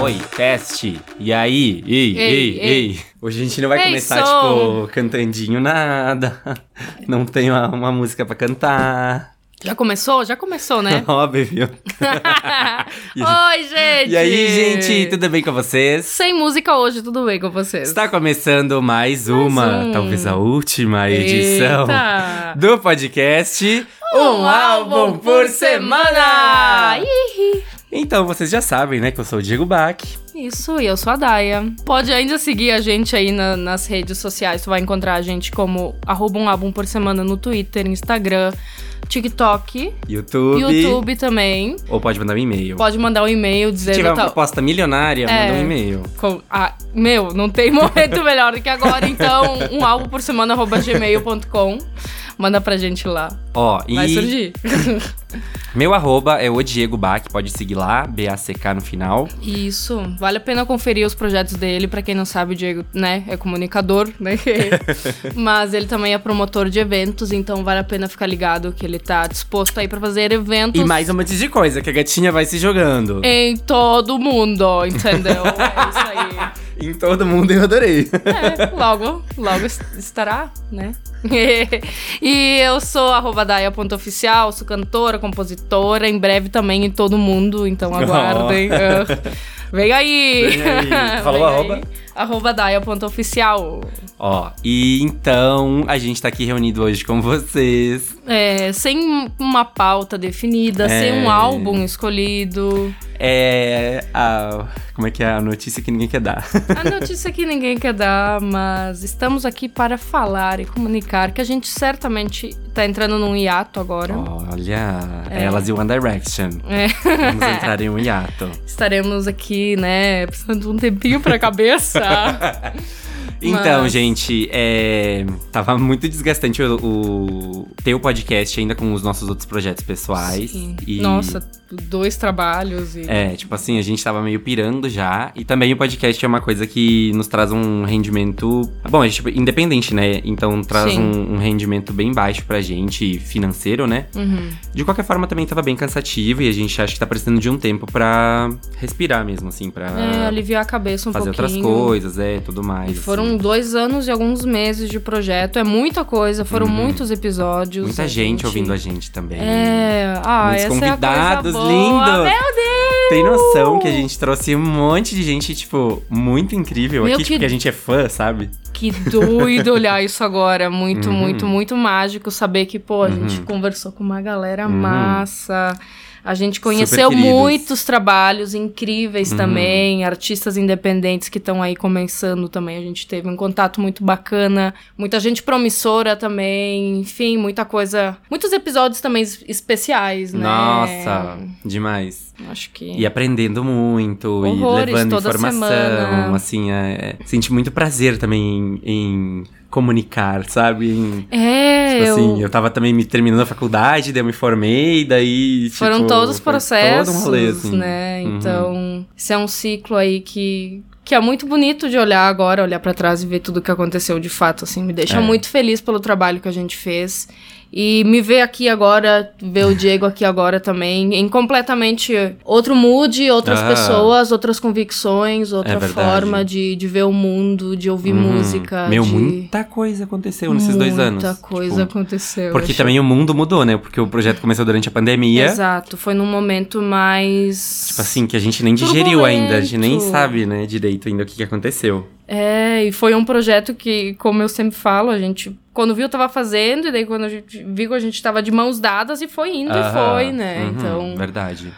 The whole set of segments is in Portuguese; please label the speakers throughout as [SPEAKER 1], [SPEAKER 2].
[SPEAKER 1] Oi, teste. E aí? Ei, ei,
[SPEAKER 2] Ei,
[SPEAKER 1] ei. Hoje a gente não vai
[SPEAKER 2] Ei,
[SPEAKER 1] começar,
[SPEAKER 2] som.
[SPEAKER 1] tipo, cantandinho nada. Não tem uma, uma música pra cantar.
[SPEAKER 2] Já começou? Já começou, né?
[SPEAKER 1] Óbvio, viu?
[SPEAKER 2] Oi, gente!
[SPEAKER 1] E aí, gente, tudo bem com vocês?
[SPEAKER 2] Sem música hoje, tudo bem com vocês?
[SPEAKER 1] Está começando mais uma,
[SPEAKER 2] um.
[SPEAKER 1] talvez a última edição
[SPEAKER 2] Eita.
[SPEAKER 1] do podcast Um, Álbum por Semana!
[SPEAKER 2] Ih,
[SPEAKER 1] Então, vocês já sabem, né, que eu sou o Diego Bach.
[SPEAKER 2] Isso, e eu sou a Daya. Pode ainda seguir a gente aí na- nas redes sociais. Tu vai encontrar a gente como arroba um álbum por semana no Twitter, Instagram, TikTok,
[SPEAKER 1] YouTube.
[SPEAKER 2] YouTube também.
[SPEAKER 1] Ou pode mandar um e-mail.
[SPEAKER 2] Pode mandar um e-mail
[SPEAKER 1] Se
[SPEAKER 2] dizendo
[SPEAKER 1] tiver uma
[SPEAKER 2] tal.
[SPEAKER 1] proposta milionária,
[SPEAKER 2] É.
[SPEAKER 1] manda um e-mail.
[SPEAKER 2] Com- ah, meu, não tem momento melhor do que agora, então um álbum por semana arroba gmail.com. Manda pra gente lá.
[SPEAKER 1] Ó,
[SPEAKER 2] Vai
[SPEAKER 1] e
[SPEAKER 2] surgir.
[SPEAKER 1] meu arroba é o Diego Bach, pode seguir lá, B-A-C-K no final.
[SPEAKER 2] Isso. Vale a pena conferir os projetos dele. Pra quem não sabe, o Diego, né, é comunicador, né? Mas ele também é promotor de eventos, então vale a pena ficar ligado que ele tá disposto aí pra fazer eventos
[SPEAKER 1] E mais um monte de coisa, que a gatinha vai se jogando.
[SPEAKER 2] em todo o mundo, entendeu? É isso aí.
[SPEAKER 1] Em todo mundo eu adorei.
[SPEAKER 2] É, logo, logo es- estará, né? e eu sou arroba daia.oficial, sou cantora, compositora, em breve também em todo mundo, então aguardem. Ah, Vem aí!
[SPEAKER 1] Vem aí. Falou
[SPEAKER 2] Vem
[SPEAKER 1] arroba?
[SPEAKER 2] aí. Arroba daia.oficial.
[SPEAKER 1] Ó, e então a gente tá aqui reunido hoje com vocês.
[SPEAKER 2] É, sem uma pauta definida,
[SPEAKER 1] É.
[SPEAKER 2] sem um álbum escolhido.
[SPEAKER 1] É. A, como é que é a notícia que ninguém quer dar?
[SPEAKER 2] A notícia que ninguém quer dar, mas estamos aqui para falar e comunicar que a gente certamente tá entrando num hiato agora.
[SPEAKER 1] Olha, elas e One Direction.
[SPEAKER 2] É.
[SPEAKER 1] Vamos entrar em um hiato.
[SPEAKER 2] estaremos aqui, né, precisando de um tempinho pra cabeça.
[SPEAKER 1] Então,
[SPEAKER 2] Mas-
[SPEAKER 1] gente, é, tava muito desgastante o, o- ter o podcast ainda com os nossos outros projetos pessoais.
[SPEAKER 2] Sim.
[SPEAKER 1] E,
[SPEAKER 2] Nossa, dois trabalhos e...
[SPEAKER 1] É, tipo assim, a gente tava meio pirando já. E também o podcast é uma coisa que nos traz um rendimento. Bom, é tipo, independente, né? Então traz
[SPEAKER 2] Sim.
[SPEAKER 1] um, um rendimento bem baixo pra gente, financeiro, né?
[SPEAKER 2] Uhum.
[SPEAKER 1] De qualquer forma, também tava bem cansativo e a gente acha que tá precisando de um tempo pra respirar mesmo, assim, pra
[SPEAKER 2] É, aliviar a cabeça um
[SPEAKER 1] fazer
[SPEAKER 2] pouquinho.
[SPEAKER 1] outras coisas, é, tudo mais.
[SPEAKER 2] E foram
[SPEAKER 1] assim.
[SPEAKER 2] dois anos e alguns meses de projeto. É muita coisa, foram
[SPEAKER 1] Uhum.
[SPEAKER 2] muitos episódios.
[SPEAKER 1] Muita gente ouvindo a gente também.
[SPEAKER 2] É, ah,
[SPEAKER 1] Muitos
[SPEAKER 2] essa
[SPEAKER 1] convidados
[SPEAKER 2] é a coisa
[SPEAKER 1] lindos.
[SPEAKER 2] boa. Meu Deus!
[SPEAKER 1] Tem noção que a gente trouxe um monte de gente, tipo, muito incrível
[SPEAKER 2] Meu,
[SPEAKER 1] aqui, tipo,
[SPEAKER 2] que-
[SPEAKER 1] porque a gente é fã, sabe?
[SPEAKER 2] Que doido olhar isso agora. Muito,
[SPEAKER 1] Uhum.
[SPEAKER 2] muito, muito mágico saber que, pô, a gente
[SPEAKER 1] Uhum.
[SPEAKER 2] conversou com uma galera
[SPEAKER 1] Uhum.
[SPEAKER 2] massa. A gente
[SPEAKER 1] Super
[SPEAKER 2] conheceu
[SPEAKER 1] queridos.
[SPEAKER 2] muitos trabalhos incríveis
[SPEAKER 1] Uhum.
[SPEAKER 2] também, artistas independentes que estão aí começando também. A gente teve um contato muito bacana, muita gente promissora também, enfim, muita coisa. Muitos episódios também es- especiais, né?
[SPEAKER 1] Nossa, demais.
[SPEAKER 2] Acho que.
[SPEAKER 1] E aprendendo muito, e
[SPEAKER 2] Horrores,
[SPEAKER 1] levando
[SPEAKER 2] toda
[SPEAKER 1] informação,
[SPEAKER 2] semana.
[SPEAKER 1] assim, é, é, senti muito prazer também em, em comunicar, sabe? Em-
[SPEAKER 2] É,
[SPEAKER 1] tipo
[SPEAKER 2] eu...
[SPEAKER 1] assim, eu tava também me terminando a faculdade, daí eu me formei, daí, tipo,
[SPEAKER 2] Foram todos os
[SPEAKER 1] foi
[SPEAKER 2] processos,
[SPEAKER 1] todo um rolê, assim.
[SPEAKER 2] né?
[SPEAKER 1] Uhum.
[SPEAKER 2] Então, esse é um ciclo aí que, que é muito bonito de olhar agora, olhar pra trás e ver tudo que aconteceu de fato, assim, me deixa
[SPEAKER 1] É.
[SPEAKER 2] muito feliz pelo trabalho que a gente fez. E me ver aqui agora, ver o Diego aqui agora também, em completamente outro mood, outras
[SPEAKER 1] Ah. É
[SPEAKER 2] pessoas, outras convicções, outra
[SPEAKER 1] verdade.
[SPEAKER 2] forma de, de ver o mundo, de ouvir
[SPEAKER 1] Uhum.
[SPEAKER 2] música.
[SPEAKER 1] Meu,
[SPEAKER 2] de...
[SPEAKER 1] muita coisa aconteceu nesses dois anos.
[SPEAKER 2] Muita coisa
[SPEAKER 1] Tipo,
[SPEAKER 2] aconteceu.
[SPEAKER 1] Porque
[SPEAKER 2] acho
[SPEAKER 1] também o mundo mudou, né? Porque o projeto começou durante a pandemia.
[SPEAKER 2] Exato, foi num momento mais.
[SPEAKER 1] Tipo assim, que a gente nem digeriu
[SPEAKER 2] Turbulento.
[SPEAKER 1] ainda, a gente nem sabe, né, direito ainda o que, que aconteceu.
[SPEAKER 2] É, e foi um projeto que, como eu sempre falo, a gente. Quando viu, tava fazendo, e daí quando a gente viu, a gente tava de mãos dadas e foi indo e
[SPEAKER 1] Aham,
[SPEAKER 2] foi, né?
[SPEAKER 1] uhum,
[SPEAKER 2] Então.
[SPEAKER 1] Verdade.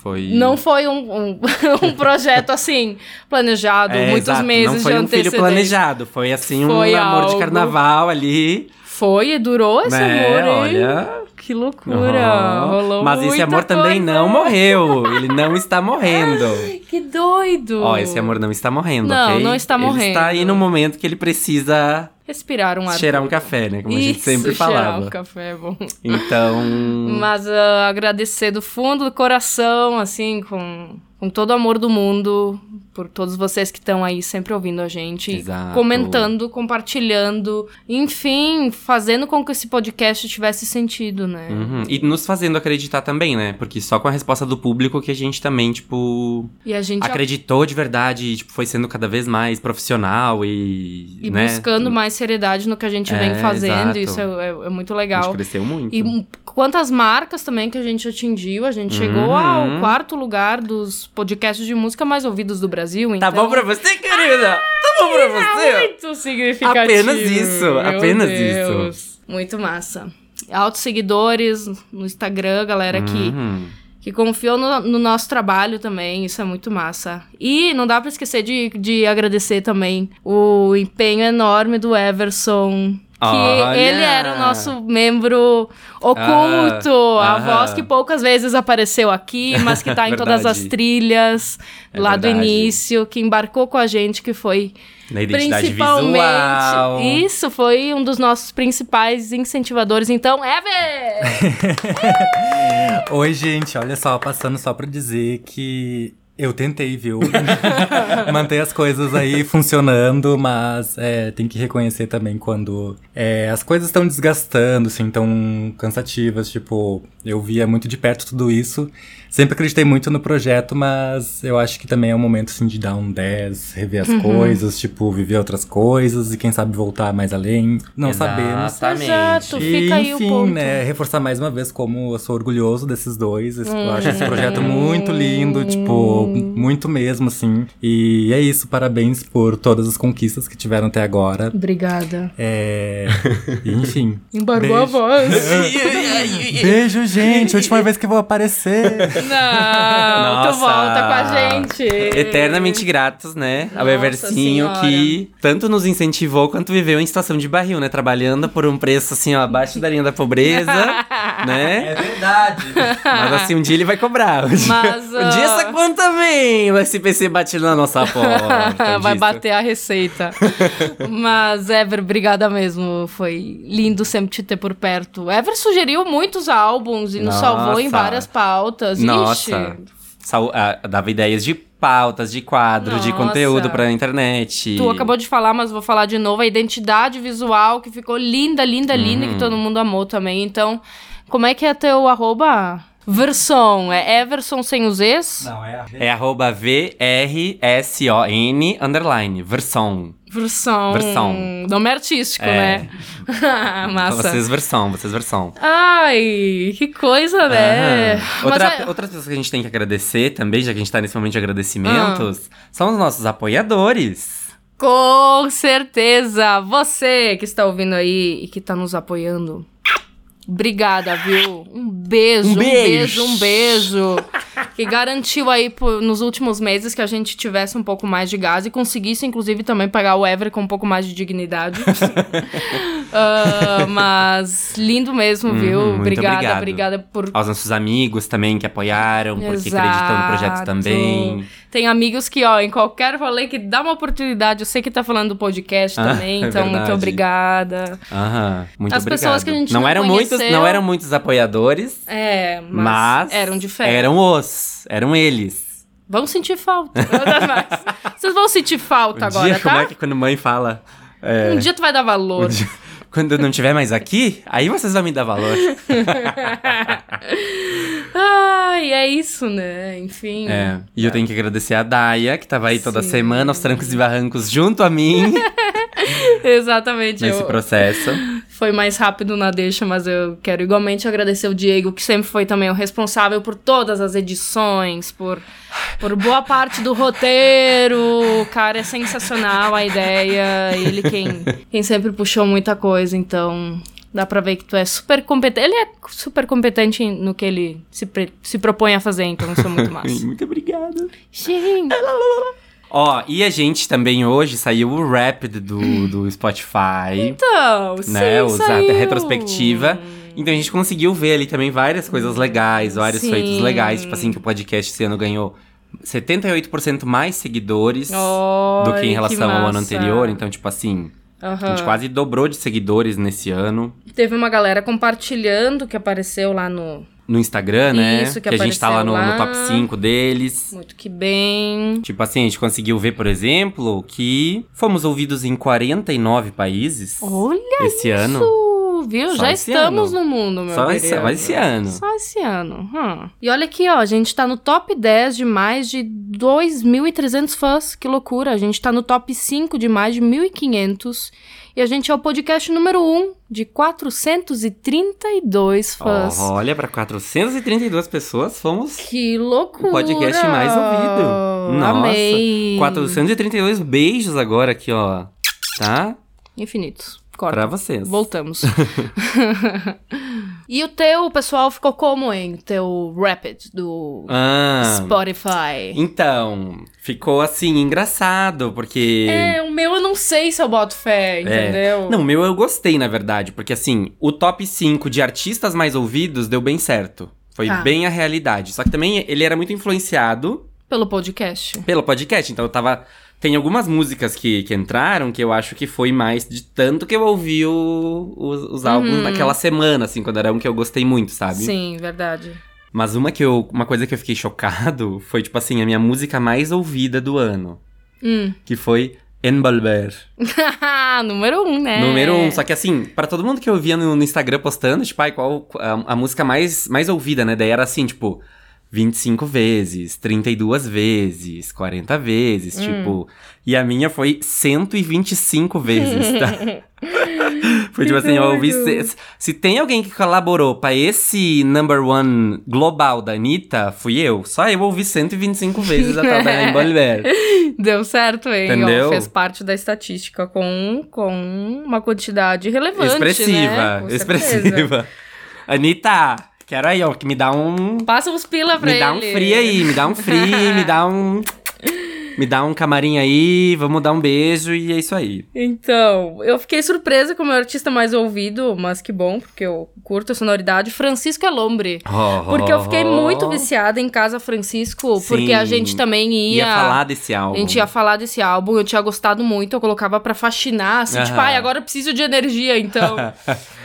[SPEAKER 1] Foi.
[SPEAKER 2] Não foi um, um, um projeto assim, planejado,
[SPEAKER 1] É,
[SPEAKER 2] muitos
[SPEAKER 1] exato,
[SPEAKER 2] meses
[SPEAKER 1] Não foi
[SPEAKER 2] de
[SPEAKER 1] um filho
[SPEAKER 2] antecedência.
[SPEAKER 1] planejado, foi assim
[SPEAKER 2] Foi
[SPEAKER 1] um amor de
[SPEAKER 2] algo-
[SPEAKER 1] carnaval ali.
[SPEAKER 2] Foi e durou esse
[SPEAKER 1] né?
[SPEAKER 2] amor, hein?
[SPEAKER 1] Olha.
[SPEAKER 2] Que loucura!
[SPEAKER 1] Uhum.
[SPEAKER 2] Rolou
[SPEAKER 1] Mas esse
[SPEAKER 2] muita
[SPEAKER 1] amor também
[SPEAKER 2] coisa.
[SPEAKER 1] não morreu. Ele não está morrendo.
[SPEAKER 2] Que doido!
[SPEAKER 1] Ó, esse amor não está morrendo,
[SPEAKER 2] Não,
[SPEAKER 1] ok?
[SPEAKER 2] não está
[SPEAKER 1] Ele está aí
[SPEAKER 2] morrendo.
[SPEAKER 1] no momento que ele precisa
[SPEAKER 2] Respirar um ar.
[SPEAKER 1] cheirar um café, né? Como a gente
[SPEAKER 2] Isso,
[SPEAKER 1] sempre
[SPEAKER 2] Cheirar
[SPEAKER 1] falava.
[SPEAKER 2] um café é bom.
[SPEAKER 1] Então.
[SPEAKER 2] Mas ah, agradecer do fundo do coração, assim, com, com todo o amor do mundo, por todos vocês que estão aí sempre ouvindo a gente,
[SPEAKER 1] Exato.
[SPEAKER 2] comentando, compartilhando, enfim, fazendo com que esse podcast tivesse sentido, né?
[SPEAKER 1] Uhum. E nos fazendo acreditar também, né? Porque só com a resposta do público que a gente também, tipo,
[SPEAKER 2] E a gente
[SPEAKER 1] acreditou de verdade e tipo, foi sendo cada vez mais profissional e.
[SPEAKER 2] e
[SPEAKER 1] né?
[SPEAKER 2] buscando mais seriedade no que a gente
[SPEAKER 1] É,
[SPEAKER 2] vem fazendo,
[SPEAKER 1] exato.
[SPEAKER 2] isso é, é- é muito
[SPEAKER 1] A gente
[SPEAKER 2] legal.
[SPEAKER 1] cresceu muito.
[SPEAKER 2] E m- quantas marcas também que a gente atingiu, a gente chegou
[SPEAKER 1] Uhum.
[SPEAKER 2] ao quarto lugar dos podcasts de música mais ouvidos do Brasil,
[SPEAKER 1] Tá
[SPEAKER 2] então...
[SPEAKER 1] bom pra você, querida? tá bom pra você?
[SPEAKER 2] Muito significativo.
[SPEAKER 1] Apenas isso, apenas
[SPEAKER 2] isso. Muito massa. Altos seguidores no Instagram, galera que,
[SPEAKER 1] Uhum.
[SPEAKER 2] que confiou no, no nosso trabalho também, isso é muito massa. E não dá pra esquecer de, de agradecer também o empenho enorme do Everson. Que
[SPEAKER 1] Olha!
[SPEAKER 2] ele era o nosso membro oculto,
[SPEAKER 1] Ah,
[SPEAKER 2] a
[SPEAKER 1] aham.
[SPEAKER 2] voz que poucas vezes apareceu aqui, mas que tá em todas as
[SPEAKER 1] Verdade.
[SPEAKER 2] trilhas,
[SPEAKER 1] É
[SPEAKER 2] lá do
[SPEAKER 1] verdade.
[SPEAKER 2] início, que embarcou com a gente, que foi
[SPEAKER 1] Na identidade
[SPEAKER 2] Principalmente,
[SPEAKER 1] visual.
[SPEAKER 2] isso foi um dos nossos principais incentivadores. Então, Ever!
[SPEAKER 3] Oi, gente, olha só, passando só pra dizer que eu tentei, viu? Manter as coisas aí funcionando, mas é, tem que reconhecer também quando é, as coisas estão desgastando, assim, tão cansativas. Tipo, eu via muito de perto tudo isso. Sempre acreditei muito no projeto, mas eu acho que também é um momento, assim, de dar um 10, rever as coisas, tipo, viver outras coisas e quem sabe voltar mais além. Não sabemos.
[SPEAKER 1] Exatamente.
[SPEAKER 2] Exato.
[SPEAKER 3] E,
[SPEAKER 2] Fica aí o
[SPEAKER 3] enfim,
[SPEAKER 2] ponto.
[SPEAKER 3] né, reforçar mais uma vez como eu sou orgulhoso desses dois. Esse-
[SPEAKER 2] Hum.
[SPEAKER 3] Eu acho esse projeto muito lindo, tipo, muito mesmo, assim. E é isso, parabéns por todas as conquistas que tiveram até agora.
[SPEAKER 2] Obrigada.
[SPEAKER 3] É... Enfim.
[SPEAKER 2] Embargou
[SPEAKER 3] Beijo.
[SPEAKER 2] a voz.
[SPEAKER 3] Beijo, gente! Última vez que eu vou
[SPEAKER 2] Não,
[SPEAKER 3] aparecer!
[SPEAKER 2] tu
[SPEAKER 1] Nossa.
[SPEAKER 2] volta com a gente.
[SPEAKER 1] Eternamente gratos, né? Ao
[SPEAKER 2] Nossa
[SPEAKER 1] Eversinho,
[SPEAKER 2] Senhora.
[SPEAKER 1] que tanto nos incentivou quanto viveu em situação de barril, né? Trabalhando por um preço, assim, ó, abaixo da linha da pobreza, né?
[SPEAKER 3] verdade!
[SPEAKER 1] Mas assim, um dia ele vai cobrar. Um dia,
[SPEAKER 2] Mas,
[SPEAKER 1] um dia
[SPEAKER 2] ó.
[SPEAKER 1] essa conta vem! O SPC batendo na nossa porta.
[SPEAKER 2] Vai
[SPEAKER 1] disso.
[SPEAKER 2] bater a receita. Mas, Ever, obrigada mesmo. Foi lindo sempre te ter por perto. Ever sugeriu muitos álbuns e nos
[SPEAKER 1] Nossa.
[SPEAKER 2] salvou em várias pautas. Ixi.
[SPEAKER 1] Nossa. Sau- ah, dava ideias de pautas, de quadro, de
[SPEAKER 2] Nossa.
[SPEAKER 1] conteúdo pra internet.
[SPEAKER 2] Tu acabou de falar, mas vou falar de novo. A identidade visual que ficou linda, linda, linda,
[SPEAKER 1] Uhum.
[SPEAKER 2] que todo mundo amou também. Então, como é que é teu arroba? Verson. É Everson sem os Zs?
[SPEAKER 3] Não, é a...
[SPEAKER 1] É arroba V-R-S-O-N underline, versão.
[SPEAKER 2] Verson.
[SPEAKER 1] Verson.
[SPEAKER 2] Nome artístico,
[SPEAKER 1] É.
[SPEAKER 2] né? Ah, Massa.
[SPEAKER 1] Vocês versão, vocês versão.
[SPEAKER 2] Ai, que coisa, né?
[SPEAKER 1] Aham.
[SPEAKER 2] Mas
[SPEAKER 1] Outra,
[SPEAKER 2] é-
[SPEAKER 1] Outras pessoas que a gente tem que agradecer também, já que a gente tá nesse momento de agradecimentos,
[SPEAKER 2] Ah.
[SPEAKER 1] são os nossos apoiadores.
[SPEAKER 2] Com certeza! Você que está ouvindo aí e que está nos apoiando. Obrigada, viu? Um beijo,
[SPEAKER 1] Um
[SPEAKER 2] um beijo,
[SPEAKER 1] beijo.
[SPEAKER 2] um beijo. Que garantiu aí por- nos últimos meses que a gente tivesse um pouco mais de gás e conseguisse, inclusive, também pagar o Ever com um pouco mais de dignidade. Ah, mas lindo mesmo, viu?
[SPEAKER 1] Uhum, muito
[SPEAKER 2] obrigada,
[SPEAKER 1] obrigado.
[SPEAKER 2] obrigada por
[SPEAKER 1] Aos nossos amigos também que apoiaram, porque
[SPEAKER 2] Exato.
[SPEAKER 1] acreditam no projeto também.
[SPEAKER 2] Tem amigos que, ó, em qualquer rolê que dá uma oportunidade, eu sei que tá falando do podcast
[SPEAKER 1] Ah,
[SPEAKER 2] também,
[SPEAKER 1] é
[SPEAKER 2] então muito
[SPEAKER 1] verdade.
[SPEAKER 2] obrigada.
[SPEAKER 1] Aham, muito
[SPEAKER 2] As
[SPEAKER 1] obrigado.
[SPEAKER 2] pessoas que a gente não
[SPEAKER 1] eram muitos,
[SPEAKER 2] conheceu.
[SPEAKER 1] não eram muitos apoiadores,
[SPEAKER 2] É, mas,
[SPEAKER 1] mas,
[SPEAKER 2] eram diferentes.
[SPEAKER 1] Eram os, eram eles.
[SPEAKER 2] Vão sentir falta. Mas Vocês vão sentir falta
[SPEAKER 1] um
[SPEAKER 2] agora,
[SPEAKER 1] dia, como
[SPEAKER 2] tá?
[SPEAKER 1] é que quando mãe fala, é,
[SPEAKER 2] Um dia tu vai dar valor.
[SPEAKER 1] um dia- quando eu não tiver mais aqui, aí vocês vão me dar valor.
[SPEAKER 2] Ai, é isso, né? Enfim.
[SPEAKER 1] É, e eu tenho que agradecer a Daya, que tava aí toda
[SPEAKER 2] Sim.
[SPEAKER 1] semana, aos trancos e barrancos, junto a mim,
[SPEAKER 2] Exatamente.
[SPEAKER 1] nesse
[SPEAKER 2] eu-
[SPEAKER 1] processo.
[SPEAKER 2] Foi mais rápido na deixa, mas eu quero igualmente agradecer o Diego, que sempre foi também o responsável por todas as edições, por, por boa parte do roteiro. O cara é sensacional a ideia. Ele quem, quem sempre puxou muita coisa, então. Dá pra ver que tu é super competente. Ele é super competente em- no que ele se, pre- se propõe a fazer, então isso é muito massa.
[SPEAKER 1] Muito obrigado.
[SPEAKER 2] Gente,
[SPEAKER 1] Ó, e a gente também hoje saiu o rap do, do Spotify,
[SPEAKER 2] então,
[SPEAKER 1] né?
[SPEAKER 2] sim,
[SPEAKER 1] os-
[SPEAKER 2] saiu.
[SPEAKER 1] A retrospectiva. Então a gente conseguiu ver ali também várias coisas legais, vários
[SPEAKER 2] Sim.
[SPEAKER 1] feitos legais. Tipo assim, que o podcast esse ano ganhou 78% mais seguidores do
[SPEAKER 2] Olha,
[SPEAKER 1] que em relação ao ano
[SPEAKER 2] massa.
[SPEAKER 1] anterior. Então, tipo assim, a gente
[SPEAKER 2] Aham.
[SPEAKER 1] quase dobrou de seguidores nesse ano.
[SPEAKER 2] Teve uma galera compartilhando que apareceu lá no,
[SPEAKER 1] no Instagram, né?
[SPEAKER 2] Isso, que
[SPEAKER 1] a gente tá lá no,
[SPEAKER 2] apareceu
[SPEAKER 1] no
[SPEAKER 2] lá.
[SPEAKER 1] top 5 deles.
[SPEAKER 2] Muito que bem.
[SPEAKER 1] Tipo assim, a gente conseguiu ver, por exemplo, que fomos ouvidos em 49 países
[SPEAKER 2] Olha
[SPEAKER 1] esse ano.
[SPEAKER 2] isso, viu?
[SPEAKER 1] Só
[SPEAKER 2] Já
[SPEAKER 1] esse
[SPEAKER 2] estamos
[SPEAKER 1] ano.
[SPEAKER 2] no mundo, meu
[SPEAKER 1] Só esse,
[SPEAKER 2] querido.
[SPEAKER 1] mas esse ano.
[SPEAKER 2] Só esse ano. hum. E olha aqui, ó, a gente tá no top 10 de mais de 2.300 fãs. Que loucura. A gente tá no top 5 de mais de 1.500. E a gente é o podcast número 1 de 432 fãs.
[SPEAKER 1] Olha, pra 432 pessoas fomos
[SPEAKER 2] Que loucura.
[SPEAKER 1] O podcast mais ouvido. Nossa.
[SPEAKER 2] Amei.
[SPEAKER 1] 432 beijos agora aqui, ó. Tá?
[SPEAKER 2] Infinitos. Corta.
[SPEAKER 1] Pra vocês.
[SPEAKER 2] Voltamos. e o teu, o pessoal ficou como, hein? O teu Rapid do
[SPEAKER 1] Ah,
[SPEAKER 2] Spotify.
[SPEAKER 1] então, ficou assim, engraçado, porque.
[SPEAKER 2] É, o meu eu não sei se eu boto fé,
[SPEAKER 1] É.
[SPEAKER 2] entendeu?
[SPEAKER 1] Não, o meu eu gostei, na verdade, porque assim, o top 5 de artistas mais ouvidos deu bem certo. Foi
[SPEAKER 2] Tá.
[SPEAKER 1] bem a realidade. Só que também ele era muito influenciado
[SPEAKER 2] Pelo podcast.
[SPEAKER 1] pelo podcast. Então eu tava. Tem algumas músicas que, que entraram que eu acho que foi mais de tanto que eu ouvi o- os, os álbuns
[SPEAKER 2] Uhum.
[SPEAKER 1] naquela semana, assim, quando era um que eu gostei muito, sabe?
[SPEAKER 2] Sim, verdade.
[SPEAKER 1] Mas uma que eu. Uma coisa que eu fiquei chocado foi, tipo assim, a minha música mais ouvida do ano.
[SPEAKER 2] Hum.
[SPEAKER 1] Que foi Envolver.
[SPEAKER 2] Número um, né?
[SPEAKER 1] Número um. Só que assim, pra todo mundo que eu via no, no Instagram postando, tipo, ai, qual a, a música mais, mais ouvida, né? Daí era assim, tipo, 25 vezes, 32 vezes, 40 vezes,
[SPEAKER 2] Hum.
[SPEAKER 1] tipo. E a minha foi 125 vezes, tá? Foi
[SPEAKER 2] Que
[SPEAKER 1] tipo assim, eu ouvi.
[SPEAKER 2] doido.
[SPEAKER 1] Se, se tem alguém que colaborou pra esse number one global da Anitta, fui eu. Só eu ouvi 125 vezes a tal da Embolver.
[SPEAKER 2] Deu certo, hein? Ó,
[SPEAKER 1] Entendeu?
[SPEAKER 2] fez parte da estatística com, com uma quantidade relevante, né?
[SPEAKER 1] expressiva,
[SPEAKER 2] Com certeza.
[SPEAKER 1] expressiva. Anitta, quero aí, ó, que me dá um.
[SPEAKER 2] Passa uns pila pra
[SPEAKER 1] Me dá um
[SPEAKER 2] ele.
[SPEAKER 1] free aí, me dá um free, me dá um. Me dá um camarim aí, vamos dar um beijo e é isso aí.
[SPEAKER 2] Então, eu fiquei surpresa com o meu artista mais ouvido, mas que bom, porque eu curto a sonoridade, Francisco Elombre. Porque eu fiquei muito viciada em Casa Francisco,
[SPEAKER 1] Oh. Sim.
[SPEAKER 2] porque a gente também ia...
[SPEAKER 1] Ia falar desse
[SPEAKER 2] A
[SPEAKER 1] álbum.
[SPEAKER 2] gente ia falar desse álbum, eu tinha gostado muito, eu colocava pra fascinar, assim, tipo,
[SPEAKER 1] Aham.
[SPEAKER 2] ai, agora eu preciso de energia, então.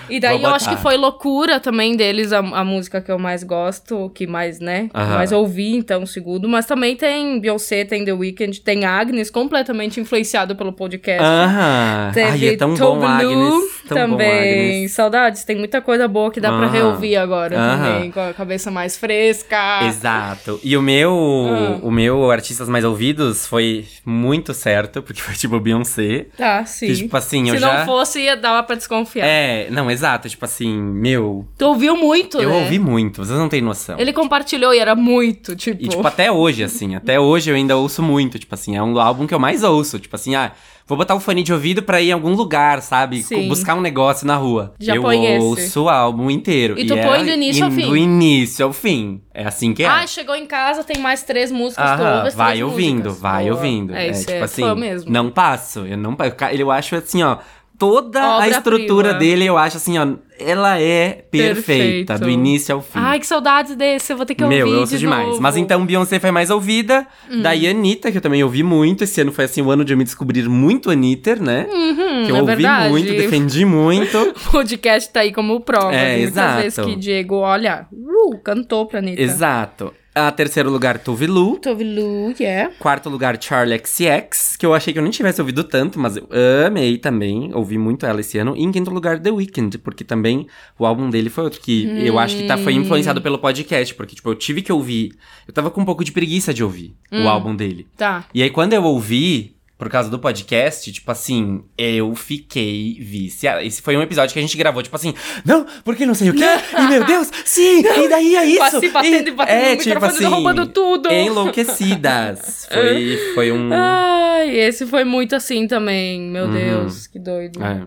[SPEAKER 2] E daí
[SPEAKER 1] Vou
[SPEAKER 2] eu acho que
[SPEAKER 1] botar.
[SPEAKER 2] foi loucura também deles, a, a música que eu mais gosto, que mais, né, que eu
[SPEAKER 1] Aham.
[SPEAKER 2] mais ouvi, então, segundo. Mas também tem Beyoncé, tem The Weeknd, tem Agnes, completamente influenciado pelo podcast.
[SPEAKER 1] Aham. Ai,
[SPEAKER 2] Teve
[SPEAKER 1] é tão bom,
[SPEAKER 2] Tom Blue
[SPEAKER 1] Agnes. Tão
[SPEAKER 2] também.
[SPEAKER 1] bom, Agnes.
[SPEAKER 2] Saudades, tem muita coisa boa que dá pra
[SPEAKER 1] Aham.
[SPEAKER 2] reouvir agora
[SPEAKER 1] Aham.
[SPEAKER 2] também, com a cabeça mais fresca.
[SPEAKER 1] Exato. E o meu,
[SPEAKER 2] Ah.
[SPEAKER 1] o meu artistas mais ouvidos foi muito certo, porque foi tipo Beyoncé.
[SPEAKER 2] Tá, sim.
[SPEAKER 1] Que, tipo assim, eu
[SPEAKER 2] Se
[SPEAKER 1] já
[SPEAKER 2] não fosse, ia dar pra desconfiar.
[SPEAKER 1] É, não, exato, tipo assim, meu,
[SPEAKER 2] Tu ouviu muito,
[SPEAKER 1] eu
[SPEAKER 2] né?
[SPEAKER 1] ouvi muito, vocês não têm noção.
[SPEAKER 2] Ele compartilhou e era muito, tipo.
[SPEAKER 1] E, tipo, até hoje, assim, até hoje eu ainda ouço muito, tipo assim, é um álbum que eu mais ouço, tipo assim, ah, vou botar o fone de ouvido pra ir em algum lugar, sabe? Co-
[SPEAKER 2] Sim.
[SPEAKER 1] Buscar um negócio na rua.
[SPEAKER 2] Já
[SPEAKER 1] eu
[SPEAKER 2] põe esse.
[SPEAKER 1] ouço o álbum inteiro.
[SPEAKER 2] E tu
[SPEAKER 1] é
[SPEAKER 2] põe do início ao
[SPEAKER 1] in-
[SPEAKER 2] fim.
[SPEAKER 1] Do início ao fim. É assim que é.
[SPEAKER 2] Ah, chegou em casa, tem mais três músicas, tu
[SPEAKER 1] Aham,
[SPEAKER 2] ouve as
[SPEAKER 1] vai
[SPEAKER 2] três
[SPEAKER 1] ouvindo,
[SPEAKER 2] músicas.
[SPEAKER 1] vai
[SPEAKER 2] Boa.
[SPEAKER 1] ouvindo.
[SPEAKER 2] É isso,
[SPEAKER 1] tipo
[SPEAKER 2] é
[SPEAKER 1] assim,
[SPEAKER 2] fã mesmo.
[SPEAKER 1] não passo, eu não pa- eu ca- eu acho assim, ó, toda a
[SPEAKER 2] Obra-prima.
[SPEAKER 1] estrutura dele, eu acho assim, ó, ela é perfeita,
[SPEAKER 2] Perfeito.
[SPEAKER 1] do início ao fim.
[SPEAKER 2] Ai, que saudades desse, eu vou ter que ouvir
[SPEAKER 1] Meu, eu
[SPEAKER 2] de
[SPEAKER 1] ouço demais.
[SPEAKER 2] novo. Hum.
[SPEAKER 1] Mas então Beyoncé foi mais ouvida. Daí Anitta, que eu também ouvi muito. Esse ano foi assim o ano de eu me descobrir muito Anitta, né?
[SPEAKER 2] Uhum,
[SPEAKER 1] que eu
[SPEAKER 2] é
[SPEAKER 1] ouvi
[SPEAKER 2] verdade.
[SPEAKER 1] muito, defendi muito.
[SPEAKER 2] O podcast tá aí como prova.
[SPEAKER 1] É,
[SPEAKER 2] de muitas
[SPEAKER 1] exato.
[SPEAKER 2] vezes que Diego, olha, uh, cantou pra Anitta.
[SPEAKER 1] Exato. A terceiro lugar, Tove Lu.
[SPEAKER 2] Tove Lu, yeah.
[SPEAKER 1] Quarto lugar, Charlie XCX, que eu achei que eu nem tivesse ouvido tanto, mas eu amei também, ouvi muito ela esse ano. E em quinto lugar, The Weeknd, porque também o álbum dele foi outro que eu acho que tá, foi influenciado pelo podcast, porque, tipo, eu tive que ouvir. Eu tava com um pouco de preguiça de ouvir
[SPEAKER 2] Hum.
[SPEAKER 1] o álbum dele.
[SPEAKER 2] Tá.
[SPEAKER 1] E aí, quando eu ouvi, por causa do podcast, tipo assim, eu fiquei viciada. Esse foi um episódio que a gente gravou, tipo assim, não, porque não sei o quê, e meu Deus, sim, e tipo daí é isso. é,
[SPEAKER 2] Passei Tipo assim, batendo e batendo no microfone,
[SPEAKER 1] assim,
[SPEAKER 2] derrubando tudo.
[SPEAKER 1] Enlouquecidas. Foi, foi um.
[SPEAKER 2] Ai, esse foi muito assim também, meu
[SPEAKER 1] Uhum.
[SPEAKER 2] Deus, que doido.
[SPEAKER 1] é,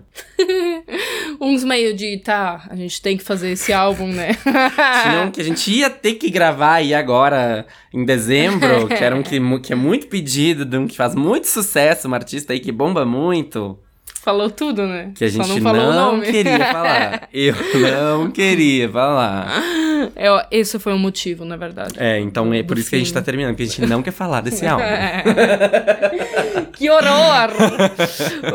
[SPEAKER 2] Uns meio de, tá, a gente tem que fazer esse álbum, né?
[SPEAKER 1] Senão É. um que a gente ia ter que gravar aí agora em dezembro, que era um que, mu- que é muito pedido, de um que faz muito sucesso, uma artista aí que bomba muito.
[SPEAKER 2] Falou tudo, né?
[SPEAKER 1] Que a
[SPEAKER 2] Só
[SPEAKER 1] gente
[SPEAKER 2] não falou o
[SPEAKER 1] não,
[SPEAKER 2] nome.
[SPEAKER 1] queria falar. Eu não queria falar.
[SPEAKER 2] Eu- É, esse foi o motivo, na verdade.
[SPEAKER 1] É, então é
[SPEAKER 2] Do
[SPEAKER 1] por isso que a gente
[SPEAKER 2] fim.
[SPEAKER 1] tá terminando, porque a gente não quer falar desse
[SPEAKER 2] É.
[SPEAKER 1] álbum.
[SPEAKER 2] que horror!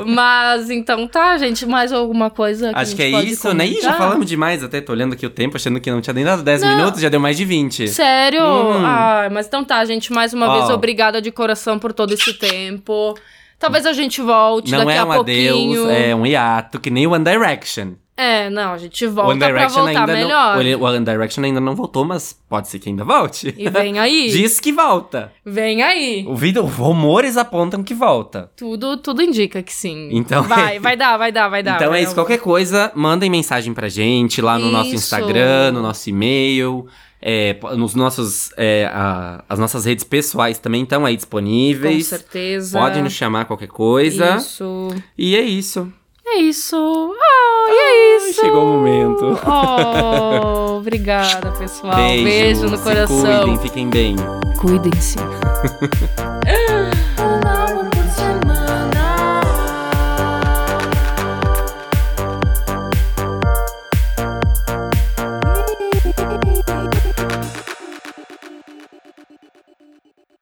[SPEAKER 2] Mas então tá, gente, mais alguma coisa que a
[SPEAKER 1] Acho
[SPEAKER 2] gente
[SPEAKER 1] que é
[SPEAKER 2] pode
[SPEAKER 1] isso, né? Ih, já
[SPEAKER 2] comentar?
[SPEAKER 1] falamos demais até, tô olhando aqui o tempo, achando que não tinha nem dado 10
[SPEAKER 2] Não.
[SPEAKER 1] minutos, já deu mais de 20.
[SPEAKER 2] Sério?
[SPEAKER 1] Hum.
[SPEAKER 2] Ai, mas então tá, gente, mais uma
[SPEAKER 1] Ó.
[SPEAKER 2] vez obrigada de coração por todo esse tempo. Talvez a gente volte
[SPEAKER 1] Não
[SPEAKER 2] daqui
[SPEAKER 1] é
[SPEAKER 2] a
[SPEAKER 1] um
[SPEAKER 2] pouquinho.
[SPEAKER 1] adeus, é um hiato, que nem o One Direction.
[SPEAKER 2] É, não, a gente
[SPEAKER 1] O
[SPEAKER 2] volta
[SPEAKER 1] One
[SPEAKER 2] pra
[SPEAKER 1] Direction
[SPEAKER 2] voltar
[SPEAKER 1] ainda
[SPEAKER 2] melhor.
[SPEAKER 1] não. ele- O One Direction ainda não voltou, mas pode ser que ainda volte.
[SPEAKER 2] E vem aí.
[SPEAKER 1] Diz que volta.
[SPEAKER 2] Vem aí.
[SPEAKER 1] O vídeo, rumores apontam que volta.
[SPEAKER 2] Tudo, tudo indica que sim.
[SPEAKER 1] Então
[SPEAKER 2] vai,
[SPEAKER 1] é-
[SPEAKER 2] vai dar, vai dar, vai dar.
[SPEAKER 1] então
[SPEAKER 2] vai
[SPEAKER 1] é
[SPEAKER 2] dar.
[SPEAKER 1] isso. Qualquer coisa, mandem mensagem pra gente lá no nosso
[SPEAKER 2] Isso.
[SPEAKER 1] Instagram, no nosso e-mail, é, po- nos nossos, é, a- as nossas redes pessoais também estão aí
[SPEAKER 2] Com
[SPEAKER 1] disponíveis.
[SPEAKER 2] certeza.
[SPEAKER 1] Podem nos chamar qualquer coisa.
[SPEAKER 2] Isso.
[SPEAKER 1] E é isso.
[SPEAKER 2] É isso. Oh, e é isso.
[SPEAKER 1] chegou o momento.
[SPEAKER 2] Oh, obrigada, pessoal.
[SPEAKER 1] Beijo,
[SPEAKER 2] Beijo no
[SPEAKER 1] se
[SPEAKER 2] coração.
[SPEAKER 1] Cuidem, fiquem bem.
[SPEAKER 2] Cuidem-se.